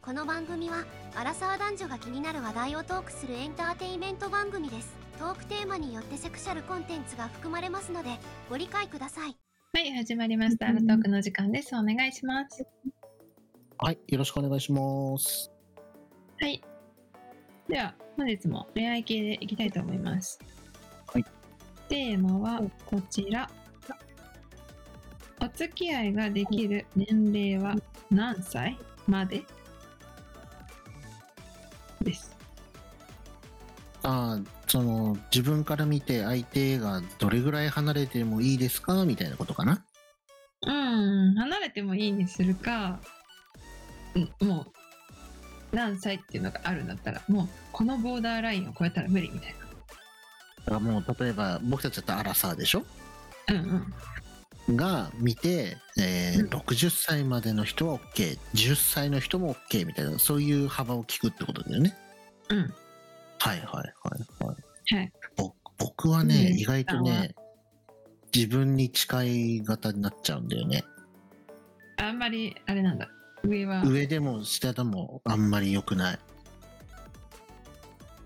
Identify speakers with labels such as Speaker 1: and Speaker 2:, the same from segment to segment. Speaker 1: この番組はアラサー男女が気になる話題をトークするエンターテインメント番組ですトークテーマによってセクシャルコンテンツが含まれますのでご理解ください
Speaker 2: はい、始まりました。アラトークの時間です。お願いします。
Speaker 3: はい、よろしくお願いします。
Speaker 2: はい。では、本日も恋愛系でいきたいと思います。
Speaker 3: はい。
Speaker 2: テーマはこちら。お付き合いができる年齢は何歳までです。
Speaker 3: ああ、その、自分から見て相手がどれぐらい離れてもいいですかみたいなことかな。
Speaker 2: うん、離れてもいいにするか、うん、もう、何歳っていうのがあるんだったら、もう、このボーダーラインを超えたら無理みたいな。
Speaker 3: だからもう、例えば、僕たちだったらアラサーでしょ
Speaker 2: うんうん。
Speaker 3: が見て、えー
Speaker 2: うん
Speaker 3: 60歳までの人は OK、10歳の人も OK みたいな、そういう幅を聞くってことだよね。
Speaker 2: うん。
Speaker 3: はいはいはいはい。
Speaker 2: はい
Speaker 3: ぼ僕はね、
Speaker 2: うん
Speaker 3: 意外とね、自分に近い型になっちゃうんだよね。
Speaker 2: あんまりあれなんだ上は、
Speaker 3: 上でも下でもあんまり良くない。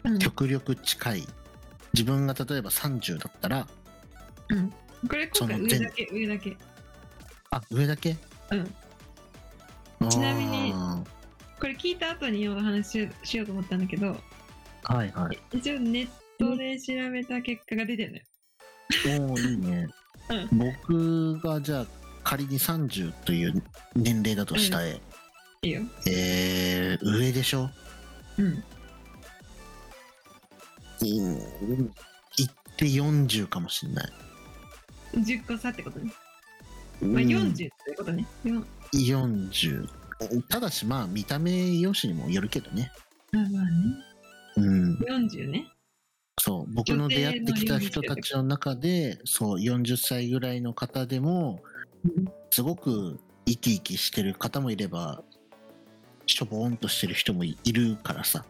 Speaker 2: うん
Speaker 3: 極力近い自分が例えば30だったら
Speaker 2: これ
Speaker 3: そ
Speaker 2: 今
Speaker 3: の
Speaker 2: 回上
Speaker 3: 全
Speaker 2: だけ上だけ
Speaker 3: あ上だけ
Speaker 2: うんちなみにこれ聞いた後にお話ししようと思ったんだけど
Speaker 3: はいはい
Speaker 2: 一応ネットで調べた結果が出てるのよ
Speaker 3: おおい いね、僕がじゃあ仮に30という年齢だとしたえ、
Speaker 2: いいよ
Speaker 3: えー上でしょ
Speaker 2: うん
Speaker 3: うん行って40かもしんない、
Speaker 2: 10個差ってことね、
Speaker 3: ま
Speaker 2: まあ、40ってことね、よん
Speaker 3: 40ただしまあ見た目容姿にもよるけどね
Speaker 2: まあまあね
Speaker 3: うん
Speaker 2: 40ね
Speaker 3: そう僕の出会ってきた人たちの中でそう40歳ぐらいの方でもすごく生き生きしてる方もいればしょぼーんとしてる人もいいるからさ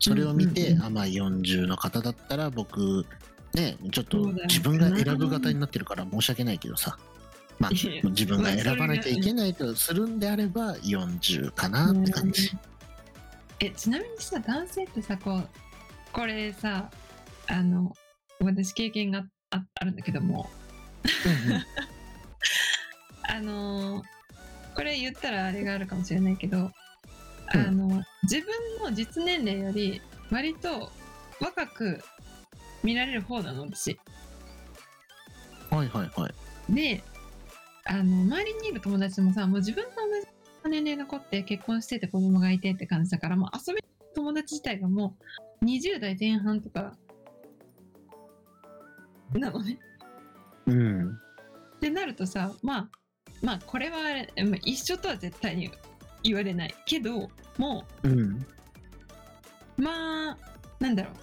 Speaker 3: それを見
Speaker 2: う
Speaker 3: て、
Speaker 2: んうんうん
Speaker 3: あまあ40の方だったら僕ねちょっと
Speaker 2: そうだよ
Speaker 3: 自分が選ぶ型になってるから申し訳ないけどさまあ
Speaker 2: いやいや
Speaker 3: 自分が選ばなきゃいけないとするんであれば40かなって感じ
Speaker 2: うんえちなみにさ男性ってさこうこれさあの私経験がああるんだけどもあのーこれ言ったらあれがあるかもしれないけど、
Speaker 3: うん
Speaker 2: あの自分の実年齢より割と若く見られる方なの私
Speaker 3: うんはいはいはい
Speaker 2: であの周りにいる友達もさもう自分と同じ年齢の子って結婚してて子供がいてって感じだからもう遊びの友達自体がもう20代前半とかなのね
Speaker 3: うん
Speaker 2: ってなるとさまあまあこれはあれまあ一緒とは絶対に言われないけども
Speaker 3: うん
Speaker 2: うまあなんだろう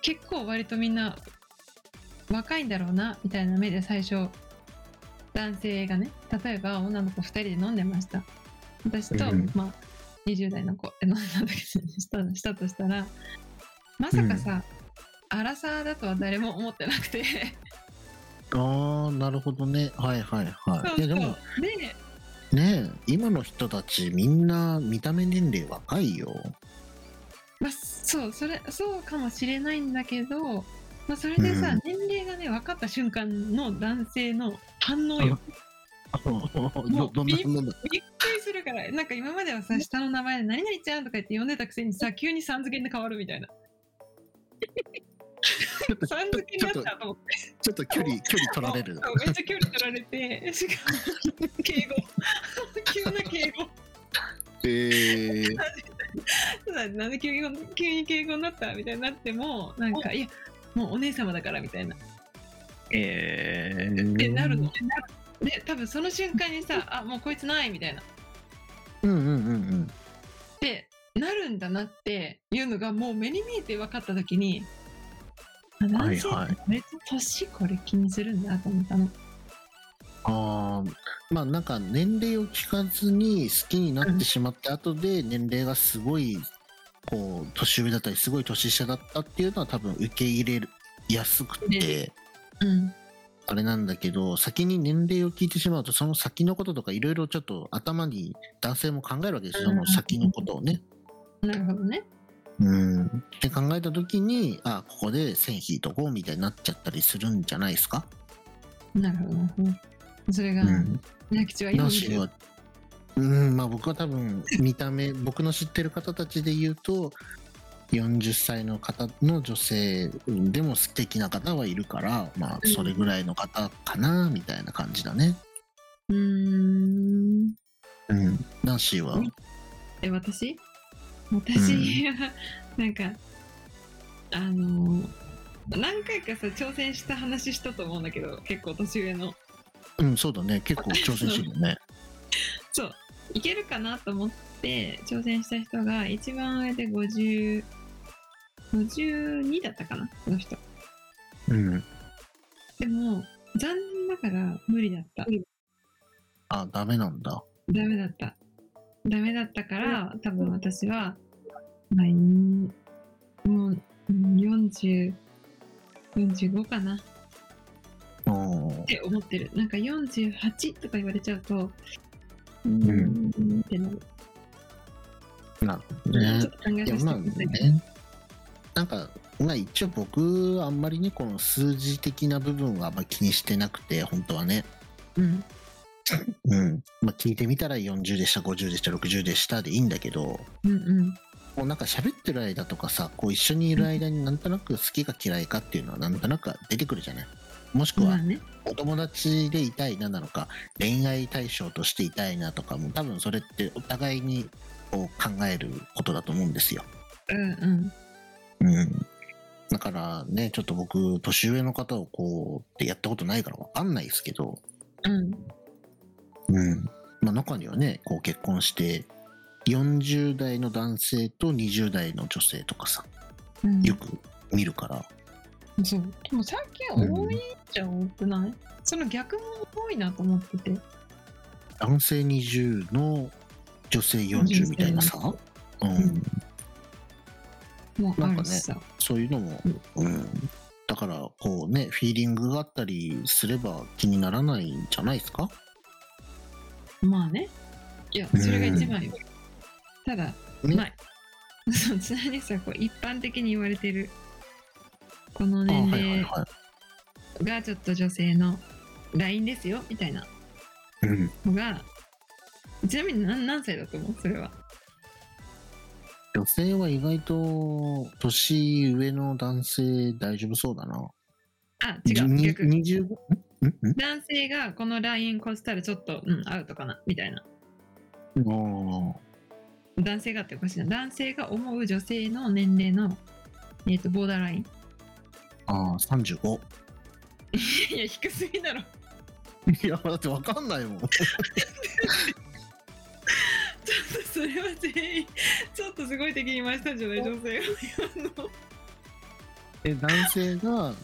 Speaker 2: 結構割とみんな若いんだろうなみたいな目で最初男性がね例えば女の子2人で飲んでました私と、
Speaker 3: うん
Speaker 2: まあ20代の子え飲んだんだけど したしたとしたらまさかさ、アラサーだとは誰も思ってなくて
Speaker 3: ああなるほどねはいはいはいいやでも
Speaker 2: そうで
Speaker 3: ねえ今の人たちみんな見た目年齢若 いよ
Speaker 2: まあ、そうそれそうかもしれないんだけど、まあ、それでさ、
Speaker 3: うん
Speaker 2: 年齢がね分かった瞬間の男性の反応よ
Speaker 3: どどんなもんだ
Speaker 2: びっくりするからなんか今まではさ下の名前で「何々ちゃん」とか言って呼んでたくせにさ急にさん付けで変わるみたいな。さん付けになったと思って
Speaker 3: ちょっと 距離距離取られる
Speaker 2: そうめっちゃ距離取られてしかも敬語 急な敬語
Speaker 3: ええ
Speaker 2: ななんで急に急に敬語になったみたいになってもなんかいやもうお姉様だからみたいなっ
Speaker 3: ええ
Speaker 2: てなるの、で多分その瞬間にさあもうこいつないみたいなっ
Speaker 3: うんうんうんうん
Speaker 2: てなるんだなっていうのがもう目に見えて分かった時にあ
Speaker 3: は
Speaker 2: 男
Speaker 3: い
Speaker 2: 性
Speaker 3: はい
Speaker 2: 別に年これ気にするんだと思ったの
Speaker 3: あーまあなんか年齢を聞かずに好きになってしまって後で年齢がすごいこう年上だったりすごい年下だったっていうのは多分受け入れやすくて
Speaker 2: うん
Speaker 3: あれなんだけど先に年齢を聞いてしまうとその先のこととかいろいろちょっと頭に男性も考えるわけですよ、
Speaker 2: うん
Speaker 3: その先のことをね。
Speaker 2: なるほどね。
Speaker 3: うん、って考えた時にあここで線引いとこうみたいになっちゃったりするんじゃないですか。
Speaker 2: なるほどなるほど。それ
Speaker 3: う
Speaker 2: が、
Speaker 3: ん、
Speaker 2: なきちは
Speaker 3: ナ
Speaker 2: 今
Speaker 3: ンシーはうんまあ僕は多分見た目僕の知ってる方たちで言うと40歳の方の女性でも素敵な方はいるからまあ
Speaker 2: うん
Speaker 3: それぐらいの方かなみたいな感じだね。
Speaker 2: うーん。
Speaker 3: うん、ナンシーは
Speaker 2: うんえ私私は、 なんかあの何回かさ挑戦した話したと思うんだけど結構年上の
Speaker 3: うんそうだね結構挑戦してるよね。
Speaker 2: そういけるかなと思って挑戦した人が一番上で50 52だったかなこの人
Speaker 3: うん、
Speaker 2: でも残念ながら無理だった
Speaker 3: あダメなんだ。
Speaker 2: ダメだったダメだったから多分私は、まあ、いいもう4045かな
Speaker 3: うん
Speaker 2: って思ってるなんか48とか言われちゃうとうー
Speaker 3: ん
Speaker 2: んってなる、
Speaker 3: なるほどね
Speaker 2: ちょっ。と考え
Speaker 3: い
Speaker 2: させ
Speaker 3: や
Speaker 2: てく
Speaker 3: まあ
Speaker 2: ださい、
Speaker 3: ねなんかまあ一応僕あんまりねこの数字的な部分はあんま気にしてなくて本当はね
Speaker 2: うん
Speaker 3: うんまあ聞いてみたら40でした50でした60でしたでいいんだけど
Speaker 2: うんうん
Speaker 3: もうなんか喋ってる間とかさこう一緒にいる間になんとなく好きか嫌いかっていうのはなんとなく出てくるじゃないもしく
Speaker 2: まあ
Speaker 3: は
Speaker 2: ね
Speaker 3: お友達でいたいななのか恋愛対象としていたいなとかも多分それってお互いにこう考えることだと思うんですよ
Speaker 2: うんうん
Speaker 3: うん。だからね、ちょっと僕、年上の方をこう、ってやったことないからわかんないですけど、
Speaker 2: うん
Speaker 3: うん。まあ中にはね、こう結婚して、40代の男性と20代の女性とかさ、
Speaker 2: うん
Speaker 3: よく見るから、
Speaker 2: そうでも最近多いじゃ多くない、その逆も多いなと思ってて
Speaker 3: 男性20の女性40みたいなさ、う
Speaker 2: うん
Speaker 3: ん。
Speaker 2: もうあるしさ、
Speaker 3: そういうのも、うん。だから、こうね、フィーリングがあったりすれば気にならないんじゃないですか
Speaker 2: まあねいやそれが一番よ、ただ
Speaker 3: ね
Speaker 2: まあそうつなにさこう一般的に言われてるこの
Speaker 3: あ
Speaker 2: 年
Speaker 3: はいはい
Speaker 2: 齢
Speaker 3: は。
Speaker 2: がちょっと女性のラインですよみたいない
Speaker 3: うん。
Speaker 2: のがちなみに何何歳だと思うそれは
Speaker 3: 女性は意外と年上の男性大丈夫そうだな。
Speaker 2: あ違う
Speaker 3: に
Speaker 2: 逆
Speaker 3: 25んん
Speaker 2: 男性がこのライン越したらちょっと、うん、アウトかなみたいな
Speaker 3: あ
Speaker 2: 男性がっておかしいな男性が思う女性の年齢の、えー、とボーダーライン
Speaker 3: ーあー、35。
Speaker 2: いや低すぎだろ
Speaker 3: いや、だってわかんないもん。
Speaker 2: ちょっとそれは全員ちょっとすごい敵に回したんじゃない女性が今の
Speaker 3: え、男性が、ど、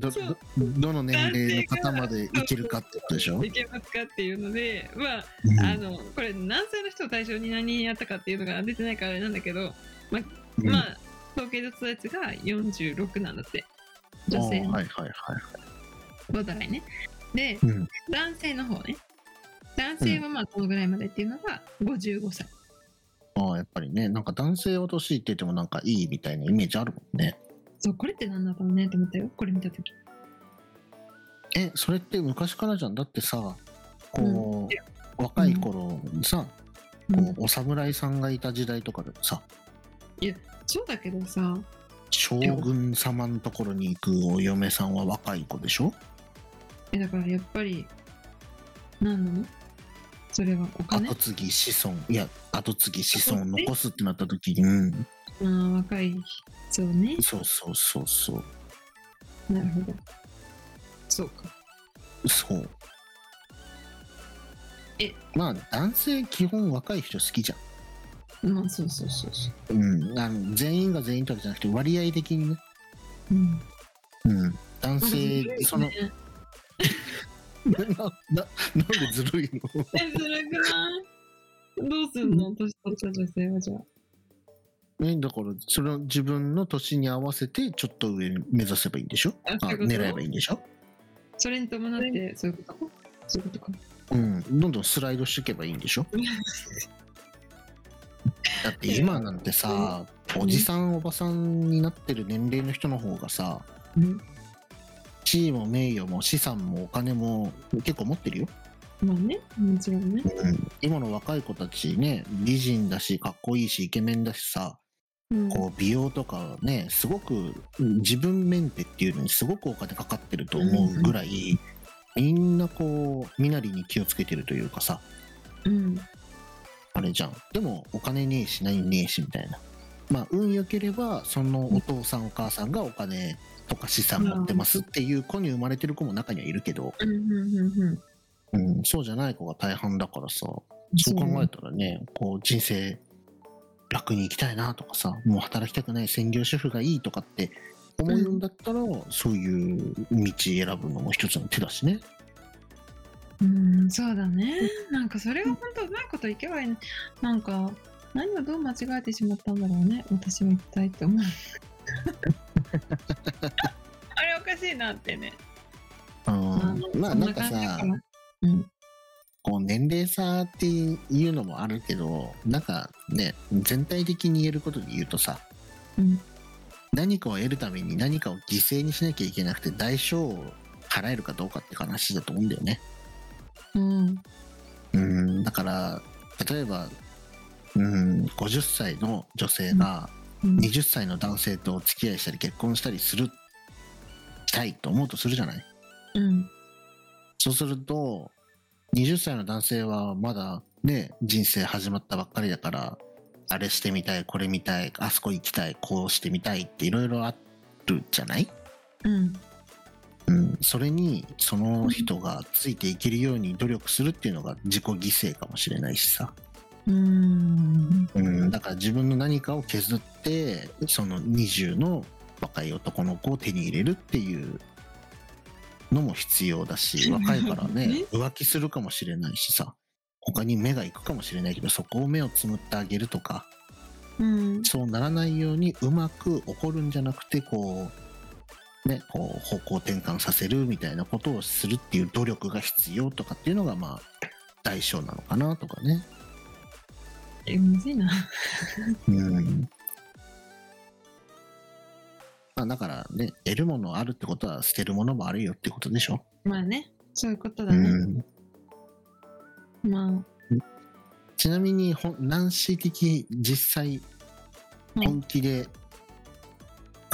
Speaker 3: ど、
Speaker 2: そう
Speaker 3: ど、どの年齢の方までいけるかってことでしょ
Speaker 2: いけますかっていうのでまあ
Speaker 3: うん
Speaker 2: あのこれ何歳の人を対象に何やったかっていうのが出てないからあれなんだけど、
Speaker 3: うん
Speaker 2: まあ統計で伝えたやつが46なんだって女性
Speaker 3: あー
Speaker 2: の
Speaker 3: はいはいはい。
Speaker 2: ボーダーラインねで
Speaker 3: うん。
Speaker 2: 男性の方ね男性はまあこのぐらいまでっていうのが55歳
Speaker 3: ああ、やっぱりね、なんか男性を年いっててもなんかいいみたいなイメージあるもんね。
Speaker 2: そうこれって何だろうねと思ったよこれ見た時
Speaker 3: えそれって昔からじゃんだってさこう、若い頃さ、
Speaker 2: うん
Speaker 3: こうお侍さんがいた時代とかでもさ
Speaker 2: そうだけどさ
Speaker 3: 将軍様のところに行くお嫁さんは若い子でしょ
Speaker 2: えだからやっぱり何なのそれはお金
Speaker 3: 後
Speaker 2: あ
Speaker 3: 継ぎ子孫いや後継ぎ子孫を残すってなった時に、うん、
Speaker 2: ー若いそうね
Speaker 3: そうそうそうそう
Speaker 2: なるほどそうか
Speaker 3: そう
Speaker 2: え
Speaker 3: まあ男性基本若い人好きじゃん
Speaker 2: まあそうそうそうそう
Speaker 3: うん、あの全員が全員とかじゃなくて割合的にね、
Speaker 2: うん
Speaker 3: うん、男
Speaker 2: なんかずるいよ
Speaker 3: 性
Speaker 2: ね
Speaker 3: その なななんでずるいの
Speaker 2: えずるくないどうすんの年取った女性はじゃあ
Speaker 3: ね、だからそれを自分の年に合わせてちょっと上目指せばいいんでしょ
Speaker 2: あ
Speaker 3: あ
Speaker 2: そういうこと
Speaker 3: 狙えばいいんでしょ
Speaker 2: それに伴ってそういうことかそういうことか
Speaker 3: うんどんどんスライドしていけばいいんでしょだって今なんてさおじさんおばさんになってる年齢の人の方がさ
Speaker 2: うん
Speaker 3: 地位も名誉も資産もお金も結構持ってるよ、
Speaker 2: まあねもちろんね
Speaker 3: うん、今の若い子たちね美人だしかっこいいしイケメンだしさ
Speaker 2: うん
Speaker 3: こう美容とかねすごく自分メンテっていうのにすごくお金かかってると思うぐらい、みんなこう身なりに気をつけてるというかさ
Speaker 2: うん
Speaker 3: あれじゃんでもお金ねえし何ねえしみたいなまあ運良ければそのお父さんお母さんがお金とか資産持ってますっていう子に生まれてる子も中にはいるけど、
Speaker 2: うんうんうんうん
Speaker 3: うん、そうじゃない子が大半だからさそう考えたらねこう人生楽に生きたいなとかさもう働きたくない専業主婦がいいとかって思うんだったら、そういう道選ぶのも一つの手だしね
Speaker 2: うんそうだねなんかそれが本当うまいこといけばいいねなんか何をどう間違えてしまったんだろうね私は一体って思うあれおかしいなってね
Speaker 3: うんまあ
Speaker 2: そ
Speaker 3: なんか
Speaker 2: 感じ
Speaker 3: さ
Speaker 2: かなうん
Speaker 3: こう年齢差っていうのもあるけどなんかね全体的に言えることで言うとさ
Speaker 2: うん
Speaker 3: 何かを得るために何かを犠牲にしなきゃいけなくて代償を払えるかどうかって話だと思うんだよね
Speaker 2: うん
Speaker 3: うんだから例えばうん50歳の女性が
Speaker 2: うん
Speaker 3: 20歳の男性とお付き合いしたり結婚したりするしたいと思うとするじゃない
Speaker 2: うん
Speaker 3: そうすると20歳の男性はまだね人生始まったばっかりだからあれしてみたいこれ見たいあそこ行きたいこうしてみたいっていろいろあるじゃない
Speaker 2: うん
Speaker 3: うん、それにその人がついていけるように努力するっていうのが自己犠牲かもしれないしさ、
Speaker 2: うん
Speaker 3: うん、だから自分の何かを削ってその20の若い男の子を手に入れるっていうのも必要だし若いから ね浮気するかもしれないしさ他に目が行くかもしれないけどそこを目をつむってあげるとか
Speaker 2: うん
Speaker 3: そうならないようにうまく怒るんじゃなくてこうねこう方向転換させるみたいなことをするっていう努力が必要とかっていうのがまあ代償なのかなとかね。
Speaker 2: えむずいな
Speaker 3: うんまあ、だからね得るものあるってことは捨てるものもあるよってことでしょ。
Speaker 2: まあねそういうことだ
Speaker 3: う
Speaker 2: ね、
Speaker 3: ん、
Speaker 2: ま
Speaker 3: ちなみにほん男子的実際
Speaker 2: はい
Speaker 3: 本気で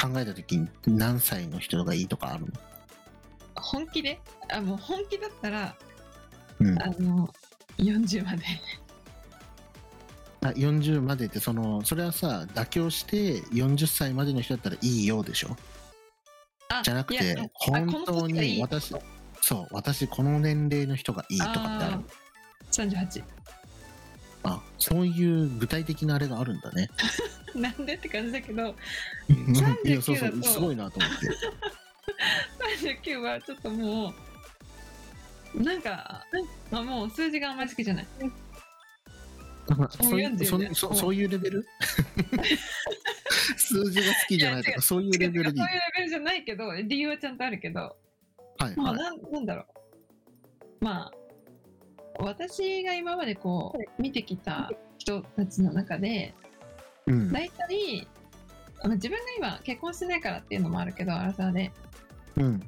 Speaker 3: 考えた時に何歳の人がいいとかあるの、
Speaker 2: あ本気であもう本気だったら
Speaker 3: うん、
Speaker 2: あの40まで
Speaker 3: あ40までってそのそれはさ妥協して40歳までの人だったらいいよでしょ
Speaker 2: あ
Speaker 3: じゃなく
Speaker 2: いや
Speaker 3: て
Speaker 2: あ
Speaker 3: 本
Speaker 2: この
Speaker 3: 当
Speaker 2: 年がい
Speaker 3: に
Speaker 2: い
Speaker 3: 私そう私この年齢の人がいいとかってある
Speaker 2: 38
Speaker 3: あそういう具体的なあれがあるんだね
Speaker 2: なんでって感じだけど
Speaker 3: いやそうそ
Speaker 2: だと
Speaker 3: うすごいなと思って
Speaker 2: 39はちょっともうなんか、まあ、もう数字があんまり好きじゃない
Speaker 3: そういう
Speaker 2: 40
Speaker 3: そ
Speaker 2: ね
Speaker 3: そそういうレベル数字が好きじゃないと
Speaker 2: いや違
Speaker 3: かそういうレベルでいい
Speaker 2: そういうレベルじゃないけど理由はちゃんとあるけど
Speaker 3: はい
Speaker 2: まあ
Speaker 3: はい
Speaker 2: なんなんだろうまあ私が今までこう見てきた人たちの中で
Speaker 3: うん
Speaker 2: 大体、まあ、自分が今結婚してないからっていうのもあるけどアラサーで
Speaker 3: うん
Speaker 2: で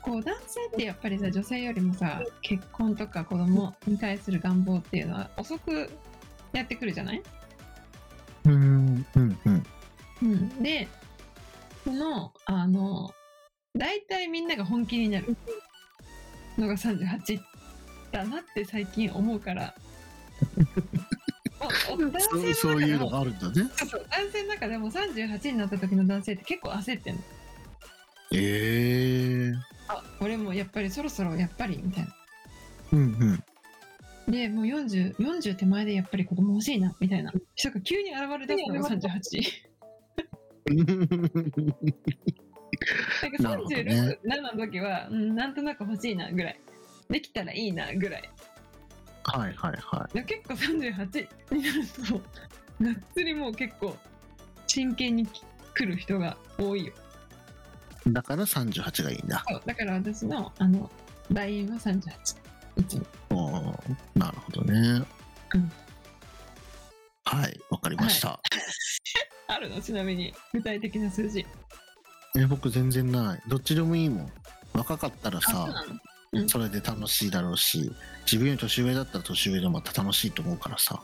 Speaker 2: こう男性ってやっぱりさ女性よりもさ結婚とか子供に対する願望っていうのは遅くやってくるじゃない、
Speaker 3: うんうんうん
Speaker 2: うん、でそのあの大体みんなが本気になるのが38だなって最近思うから おお男性の中
Speaker 3: そ
Speaker 2: で
Speaker 3: う
Speaker 2: も
Speaker 3: そういうのがあるんだね
Speaker 2: そうそう男性の中でも38になった時の男性って結構焦ってんの
Speaker 3: ええ
Speaker 2: あ俺もやっぱりそろそろやっぱりみたいな
Speaker 3: うんうん
Speaker 2: でもう 40, 40手前でやっぱり子供欲しいなみたいな人が急に現れ出すのが38 なか
Speaker 3: なんるほどね
Speaker 2: 36、7の時は、うん、なんとなく欲しいなぐらいできたらいいなぐらい
Speaker 3: はいはいは
Speaker 2: でも結構38になるとがっつりもう結構真剣に来る人が多いよ
Speaker 3: だから38がいいんだ。
Speaker 2: そうだから私のあの LINE は38いつも
Speaker 3: おーなるほどね。
Speaker 2: うん
Speaker 3: はい、わかりました。
Speaker 2: あるのちなみに具体的な数字
Speaker 3: え僕全然ない。どっちでもいいもん。若かったら
Speaker 2: あそう
Speaker 3: さ、
Speaker 2: なのうん
Speaker 3: それで楽しいだろうし、自分より年上だったら年上でもまた楽しいと思うからさ。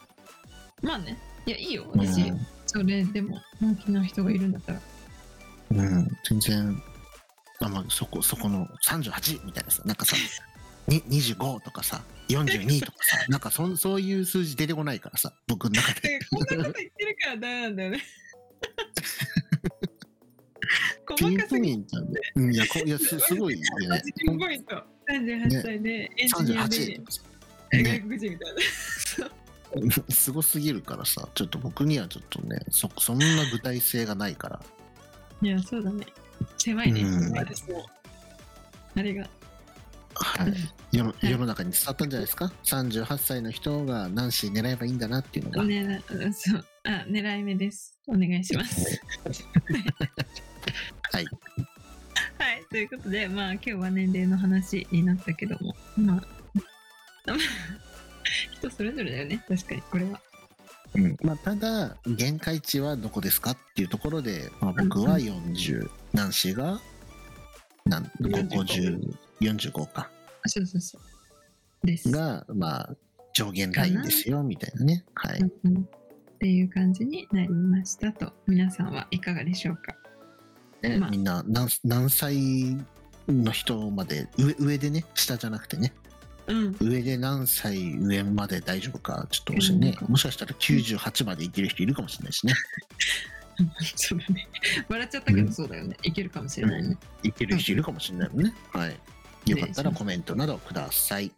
Speaker 2: まあねいやいいよ
Speaker 3: うん、
Speaker 2: 私、それでも本気な人がいるんだったら
Speaker 3: うん、全然、あまあ、そこ、そこの38みたいなさ、なんかさ、 に25とかさ、42とか さ、なんかそんそういう数字出てこないからさ、僕の中
Speaker 2: で
Speaker 3: で。
Speaker 2: こんなこと言ってるからダメなんだよ ね
Speaker 3: ピ
Speaker 2: 細
Speaker 3: ン
Speaker 2: か
Speaker 3: ポ
Speaker 2: すぎ
Speaker 3: イントなんだようんいや、こいやすすごいよ ね。
Speaker 2: 自分ポイント38歳でエンジニア
Speaker 3: 38
Speaker 2: で
Speaker 3: とかさ。
Speaker 2: 外
Speaker 3: ね、
Speaker 2: 国人みたいなそう
Speaker 3: すごすぎるからさ、ちょっと僕にはちょっとね、そそんな具体性がな いから。
Speaker 2: いやそうだね狭いね
Speaker 3: うん
Speaker 2: 私もあれが
Speaker 3: はい、世の世の中に伝わったんじゃないですか38歳の人がナンシー狙えばいいんだなっていうのが、
Speaker 2: ねなそうあ狙い目ですお願いし ます
Speaker 3: は
Speaker 2: は
Speaker 3: い
Speaker 2: いということでまあ今日は年齢の話になったけどもまあ 人それぞれだよね確かにこれは
Speaker 3: うんまあ、ただ限界値はどこですかっていうところで、まあ、僕は40、ナンシーがなん50 45か
Speaker 2: あそうそうそうです
Speaker 3: が、まあ、上限ラインですよみたいなねはい
Speaker 2: うんっていう感じになりましたと皆さんはいかがでしょうか
Speaker 3: ね
Speaker 2: まあ
Speaker 3: みんな何何歳の人まで上上でね下じゃなくてね
Speaker 2: うん
Speaker 3: 上で何歳上まで大丈夫かちょっともしね、
Speaker 2: うん
Speaker 3: もしかしたら98までいける人いるかもしれないしね
Speaker 2: そうだね笑っちゃったけどそうだよねいけるかもしれないね
Speaker 3: いける人いるかもしれないもんね、はいよかったらコメントなどください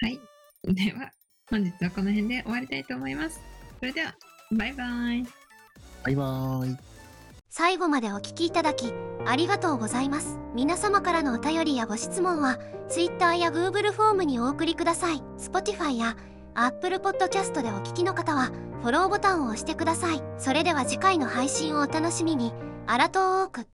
Speaker 2: はいでは本日はこの辺で終わりたいと思いますそれではバイバイ
Speaker 3: バイバーイ
Speaker 1: 最後までお聞きいただきありがとうございます皆様からのお便りやご質問は Twitter や Google フォームにお送りください Spotify や Apple Podcast でお聞きの方はフォローボタンを押してくださいそれでは次回の配信をお楽しみにアラトーーク